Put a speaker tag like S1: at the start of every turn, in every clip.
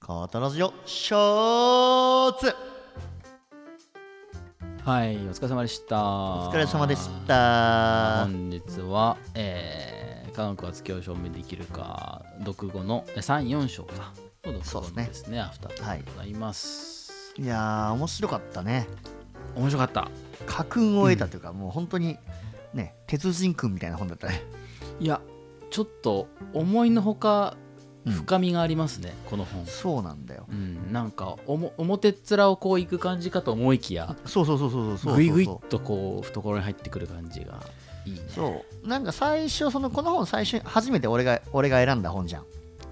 S1: 川田ラジオショーツ
S2: はい、お疲れ様でした。
S1: お
S2: お
S1: 疲れ様でし。た
S2: 本日は、えー、科学は月を証明できるか、読後のえ3、4章か。の
S1: そうです
S2: 読後の
S1: ね
S2: ですね、アフター
S1: はい
S2: でございます。
S1: いやー面白かったね
S2: 面白かった。
S1: 家訓を得たというか、もう本当にね鉄人訓みたいな本だったね
S2: いや、ちょっと思いのほか
S1: うん
S2: 深みがありますね、この本。
S1: そうなんだよ
S2: うん、なんかおも表っ面をこういく感じかと思いきや
S1: そうそうそうそうそうそうそう
S2: ぐいぐいっとこう懐に入ってくる感じがいいね
S1: そうなんか最初そのこの本最初に初めて俺が俺が選んだ本じゃん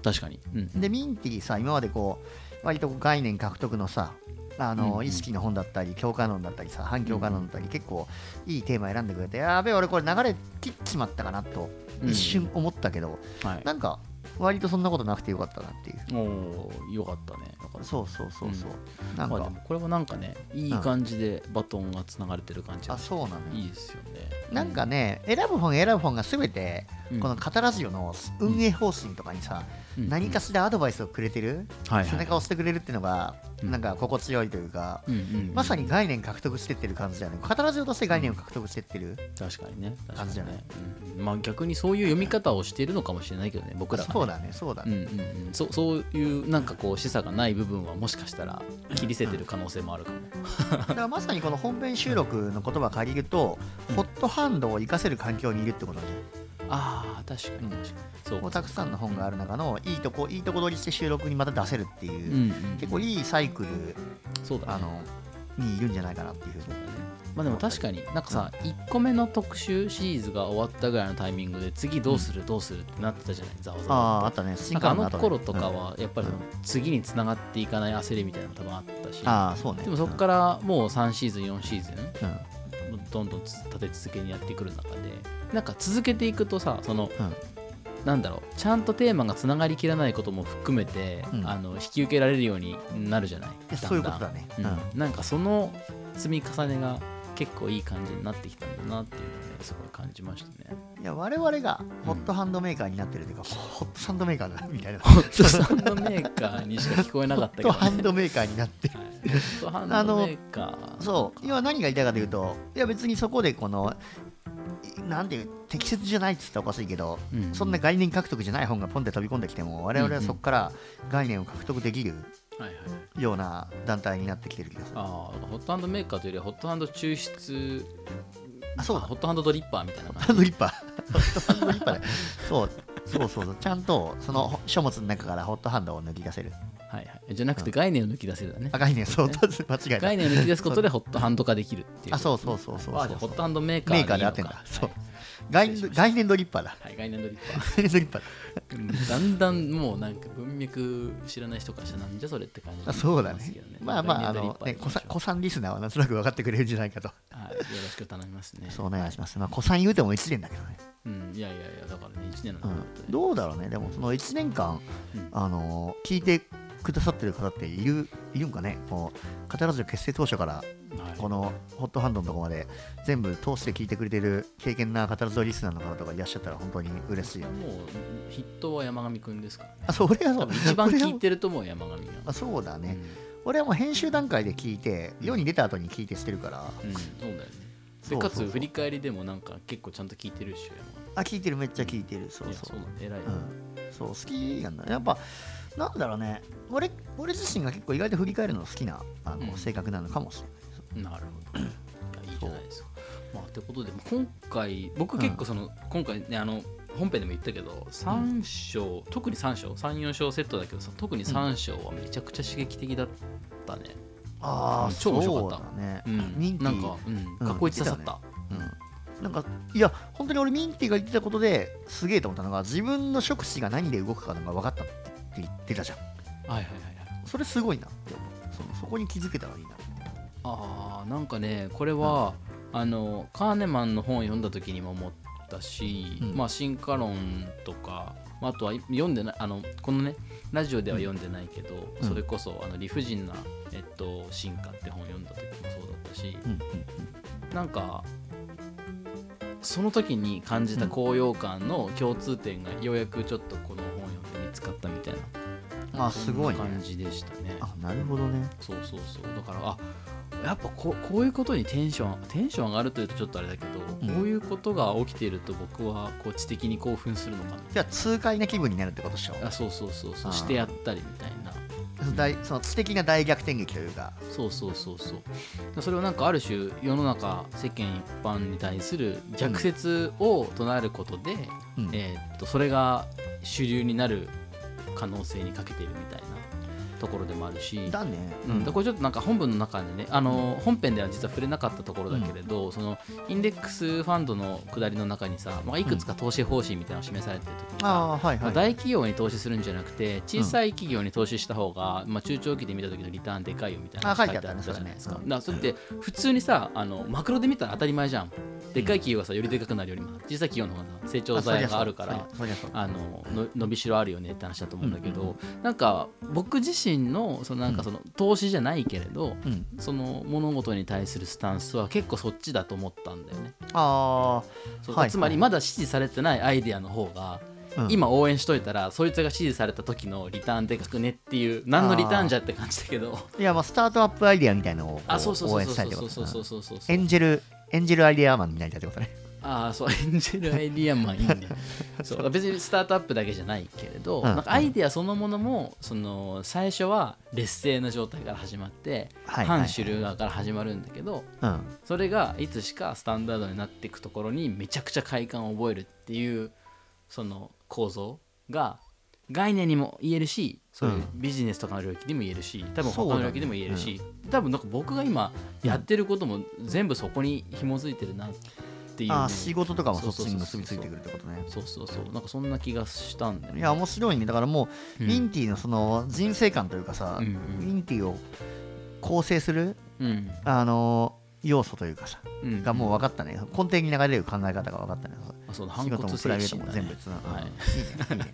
S2: 確かに、うん、
S1: でミンティさ今までこう割とこう概念獲得のさあの、
S2: うんうん
S1: 意識の本だったり教科論だったりさ反教科論だったり、結構いいテーマ選んでくれてやべえ俺これ流れ切っちまったかなと
S2: うん
S1: 一瞬思ったけど、
S2: はい
S1: なんか割とそんなことなくてよかったなっていう
S2: おおーよかったねだから
S1: そうそうそうそう、なん
S2: まあ
S1: か
S2: でもこれはなんかねいい感じでバトンがつながれてる感じが
S1: あそうなのよ
S2: いいですよね
S1: なんかね選ぶ本選ぶ本が全て
S2: うん
S1: このカタラジオの運営方針とかにさ、
S2: うん
S1: 何かしらアドバイスをくれてる、
S2: はいはい
S1: 背中を押してくれるっていうのが、
S2: うん
S1: なんか心地よいというか、
S2: うんうん
S1: まさに概念獲得してってる感じだよね。カタラジオとして概念を獲得してってる。
S2: 確かにね確か
S1: 感じ
S2: に
S1: じゃない
S2: ね、うんまあ逆にそういう読み方をしているのかもしれないけどね僕らがね
S1: そうだね、そうだ
S2: うん
S1: ね。
S2: うんうん、そうそういうなんかこう示唆がない部分はもしかしたら切り捨ててる可能性もあるか
S1: だ
S2: も、
S1: からまさにこの本編収録の言葉を借りると、ホットハンドを活かせる環境にいるってことね。
S2: ああ確かに確かに、そう
S1: もうたくさんの本がある中のいいとこ、いいとこ取りして収録にまた出せるっていう、
S2: うんうん、
S1: 結構いいサイクル、
S2: そうだ、ね、
S1: あの、にいるんじゃないかなっていうふうに。
S2: まあでも確かになんかさ1個目の特集シリーズが終わったぐらいのタイミングで次どうするどうするってなってたじゃないざわ
S1: あ
S2: ざわ
S1: あ、あったね。新
S2: なんかあ
S1: 刊の
S2: の
S1: 後ね
S2: 頃とか、
S1: うん
S2: はやっぱりその次に繋がっていかない焦りみたいなのも多分あったし
S1: ああ、そうね。
S2: でもそこからもう3シーズン4シーズン
S1: ら、うん。
S2: どんどんつ立て続けにやってくる中でなんか続けていくとさその
S1: うん
S2: なんだろうちゃんとテーマが繋がりきらないことも含めて、
S1: うん
S2: あの引き受けられるようになるじゃない
S1: やそういうことだね
S2: んなんかその積み重ねが結構いい感じになってきたんだなっていうのをねすごい感じましたね
S1: いや我々がホットハンドメーカーになってるというか、ホットサンドメーカーだみたいな
S2: ホットサンドメーカーにしか聞こえなかっ
S1: ホッ
S2: たけ
S1: ト
S2: ど、
S1: ハ
S2: ね
S1: ンドメーカーになってる
S2: はいホットハンドメーカー
S1: そう今何が言いたいかというといや別にそこでこのいなんていう適切じゃないっつったらおかしいけど、
S2: うん
S1: そんな概念獲得じゃない本がポンって飛び込んできても我々はそこから概念を獲得できる
S2: はいはい
S1: ような団体になってきてる気がする、
S2: あーホットハンドメーカーというよりはホットハンド抽出
S1: あそう
S2: あ
S1: だ
S2: ホットハンドドリッパーみたいな
S1: ハ
S2: 感
S1: ンドリッパーホ ットハンドリッパーでそうそうそうそうちゃんとその書物の中からホットハンドを抜き出せる
S2: じ、はいはい、じゃなくて概念を抜き出せるだね
S1: あ概念 そう
S2: ね
S1: 間違えた
S2: 概念を抜き出すことでホットハンド化できるっていう
S1: あそうそうそうそうそう
S2: あじゃあホットハンドメーカー
S1: メーカーで合ってんだ。
S2: そ
S1: そうう。概
S2: 失礼しました
S1: 概念ドリッパーだ。
S2: はい、概念ドリッパ
S1: 概
S2: ー
S1: 念ドリッパーだ。
S2: だんだんもうなんか文脈知らない人からしたらなんじゃそれって感じ
S1: あそうだね
S2: しますけど。
S1: まあまあ、あ
S2: 概念
S1: の
S2: ド、リ
S1: ね、
S2: ッパー
S1: 子さん
S2: でいきま
S1: 子さんリス
S2: しょ
S1: ナーはなんとなく分かってくれるんじゃないかと。
S2: うはい、よろしく頼みますね
S1: そうお願いします。まあ、子さん言うても1年だけどね。
S2: うんいやいやいやだからね1年の
S1: う
S2: 中だって
S1: ん。どうだろうね。でも、その1年間
S2: うん、
S1: あの、聞いてくださってる方っている、いるんかね。こう、カタラジオ結成当初から、
S2: はい
S1: このホットハンドのとこまで、全部通して聞いてくれてる経験なカタラジオリスナーの方とかいらっしゃったら本当に嬉しいよね。
S2: もう筆頭は山上くんですからね
S1: あ、そう、俺はそ
S2: 多
S1: う
S2: 分一番
S1: 俺は
S2: 聞いてると思う山上が
S1: あそうだね。
S2: うん
S1: 俺はもう編集段階で聞いて世に出た後に聞いてしてるから
S2: うん、そうだよね。
S1: そ
S2: で
S1: うそ
S2: か
S1: うそう
S2: つ振り返りでもなんか結構ちゃんと聞いてるっしょ。
S1: あ聞いてるめっちゃ聞いてるそ
S2: 山
S1: う
S2: いや
S1: そ
S2: そううなんだ偉い。
S1: うんそう好きなんだねやっぱなんだろうね俺俺自身が結構意外と振り返るの好きなあの、
S2: うん
S1: 性格なのかもしれない
S2: なるほど。いやいいじゃないですか。まあってことで今回僕結構その、今回ねあの本編でも言ったけど3章、特に3章34章セットだけどさ特に3章はめちゃくちゃ刺激的だったね。
S1: あ
S2: う
S1: あ
S2: ん超面白かった
S1: そうだね、
S2: うん、
S1: ミンテ
S2: な
S1: ィ
S2: んか、うん、
S1: うん
S2: かっこいいって刺さった。
S1: うん、なんかいや本当に俺ミンティが言ってたことですげえと思ったのが自分の触手が何で動くかのが分かったって言ってたじゃん
S2: はいはいはいはい。
S1: それすごいなって思うそのそこに気づけたらいいな
S2: あーなんかねこれは、あのカーネマンの本を読んだ時にも思ったし、
S1: うん
S2: まあ進化論とかまああとは読んでないあのこのねラジオでは読んでないけど、
S1: うん
S2: それこそあの理不尽な、えっと、進化って本を読んだ時もそうだったし
S1: うんうん
S2: なんかその時に感じた高揚感の共通点がようやくちょっとこの本を読んで見つかったみたいな
S1: あすごいね
S2: そんな感じでしたね
S1: あなるほどね
S2: そうそうそうだからあやっぱここういうことにテンションテンション上がるというとちょっとあれだけど、
S1: ん
S2: こういうことが起きていると僕はこう知的に興奮するのかな
S1: じゃあ痛快な気分になるってことでしょ
S2: あそうそうそうそ
S1: あ
S2: う
S1: ー
S2: してやったりみたいな
S1: 大その知的な大逆転劇というか
S2: そうそうそうそうそれをなんかある種世の中世間一般に対する逆説を唱えることで、
S1: うん
S2: えーっとそれが主流になる可能性にかけているみたいなところでもあるし
S1: だね
S2: うん、でこれちょっとなんか本文の中でねあの本編では実は触れなかったところだけれど、そのインデックスファンドの下りの中にさ、まあ、いくつか投資方針みたいなのを示されてる時にさ、
S1: ああーはい
S2: ま
S1: は
S2: あ
S1: い
S2: 大企業に投資するんじゃなくて小さい企業に投資した方が、まあ、中長期で見た時のリターンでかいよみたいな
S1: あ
S2: の
S1: 書い
S2: 書い
S1: てあ
S2: て
S1: ったね
S2: あったじゃないですか
S1: それ
S2: だからそれって普通にさあのマクロで見たら当たり前じゃんでかい企業がさよりでかくなるよりも小さい企業の方が成長剤があるから
S1: あそりゃそうそりゃそう
S2: あのの伸びしろあるよねって話だと思うんだけど、なんか僕自身のそのなんかその投資じゃないけれど、
S1: うん
S2: その物事に対するスタンスは結構そっちだと思ったんだよね。
S1: あ
S2: そう
S1: はい
S2: つまりまだ支持されてないアイデアの方が、
S1: あ、うん
S2: 今応援しといたらそいつが支持された時のリターンでかくねっていう何のリターンじゃって感じだけど
S1: いやまあスタートアップアイデアみたいなのをこう
S2: あそうそうそ
S1: 応
S2: う
S1: 援したいって
S2: そ
S1: こ
S2: う
S1: と
S2: そう
S1: だ
S2: そう
S1: な
S2: そうそうそ
S1: エ
S2: う
S1: ンジェルエンジェルアイデアマンになりたいってことね
S2: ああそうエンジェルアイディアマンい いねそう別にスタートアップだけじゃないけれど、
S1: うん
S2: なんかアイディアそのものもその最初は劣勢な状態から始まって、
S1: はい
S2: 反主流側から始まるんだけど
S1: うん
S2: それがいつしかスタンダードになっていくところにめちゃくちゃ快感を覚えるっていうその構造が概念にも言えるしそういううんビジネスとかの領域にも言えるし多分
S1: そう
S2: 他
S1: だ
S2: の
S1: ね
S2: 領域でも言えるし、多分なんか僕が今やってることも全部そこに紐づいてるなっていうのを、
S1: あー仕事とかもそっちに結びついてくるってことね
S2: そうそうそうなんかそんな気がしたんだよね
S1: いや面白いねだからもう、
S2: うん
S1: ミンティのその人生観というかさ、
S2: うん
S1: ミンティを構成する
S2: うん
S1: あの要素というかさ
S2: うん
S1: がもう分かったね根底に流れる考え方が分かったね
S2: あそうだ
S1: 仕
S2: 反
S1: 事
S2: 骨
S1: も
S2: 精
S1: プライベート
S2: 神
S1: も
S2: だ
S1: 全
S2: ね
S1: 部つなが
S2: はい
S1: いいね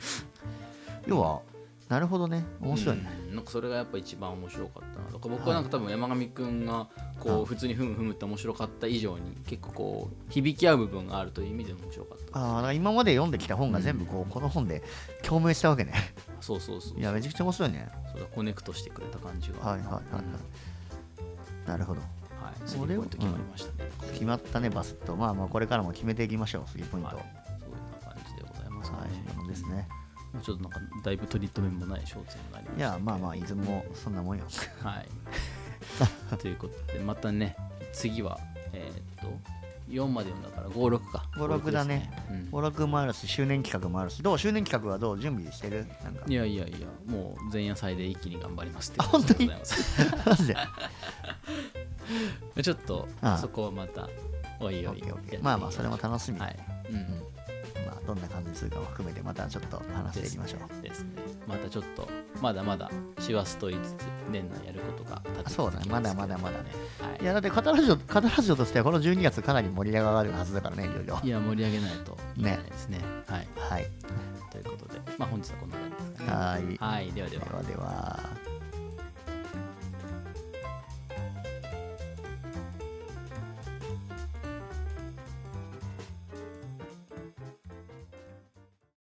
S1: 要はなるほどね面白いね、
S2: うんなんかそれがやっぱ一番面白かったなだから僕はなんか多分山上くんが
S1: は
S2: こ
S1: いう
S2: 普通にふむふむって面白かった以上に結構こう響き合う部分があるという意味でも面白かった
S1: あーだから今まで読んできた本が全部こう、この本で共鳴したわけね
S2: そうそうそう
S1: いやめちゃくちゃ面白いね
S2: そうだコネクトしてくれた感じが
S1: はいはいはいはい、なるほど
S2: はいス
S1: そ
S2: リー
S1: れを
S2: ポイント決まりましたね
S1: 決まったねバスッとまあまあこれからも決めていきましょうスリーポイント
S2: は
S1: は
S2: いそういう感じでございますね
S1: いそんなもんですね
S2: まあちょっとなんかだいぶ取り留めもない焦点になりましたけど
S1: いやまあまあいつもそんな もんよ
S2: はい。ということで、またね、次は、えーっと、4まで読んだから、5、6か。
S1: 5 6だね
S2: ですうん
S1: 娯楽もあるし周年企画もあるしどう周年企画はどう準備してるなんか
S2: いやいやいや、もう前夜祭で一気に頑張りますって
S1: あ本当に
S2: ありがとうご ざいます
S1: マジで
S2: ちょっと
S1: ああ
S2: そこはまた、おいおいやっていきしょう
S1: OKOK まあまあそれも楽しみ、
S2: はい。うん
S1: まあ、どんな感じにするかも含めてまたちょっと話していきましょう
S2: ですね。またちょっと、まだまだ、師走と言いつつ、年内やることが立て続きですけど
S1: そうだねまだまだまだね。
S2: はい
S1: いやだってカタラジオカタラジオとしてはこの12月かなり盛り上がるはずだからねいろいろ
S2: いや、盛り上げないといけないですね。はい。
S1: はい
S2: ということで、まあ本日はこんな感じですかね。
S1: はい
S2: はい。ではでは
S1: で。はでは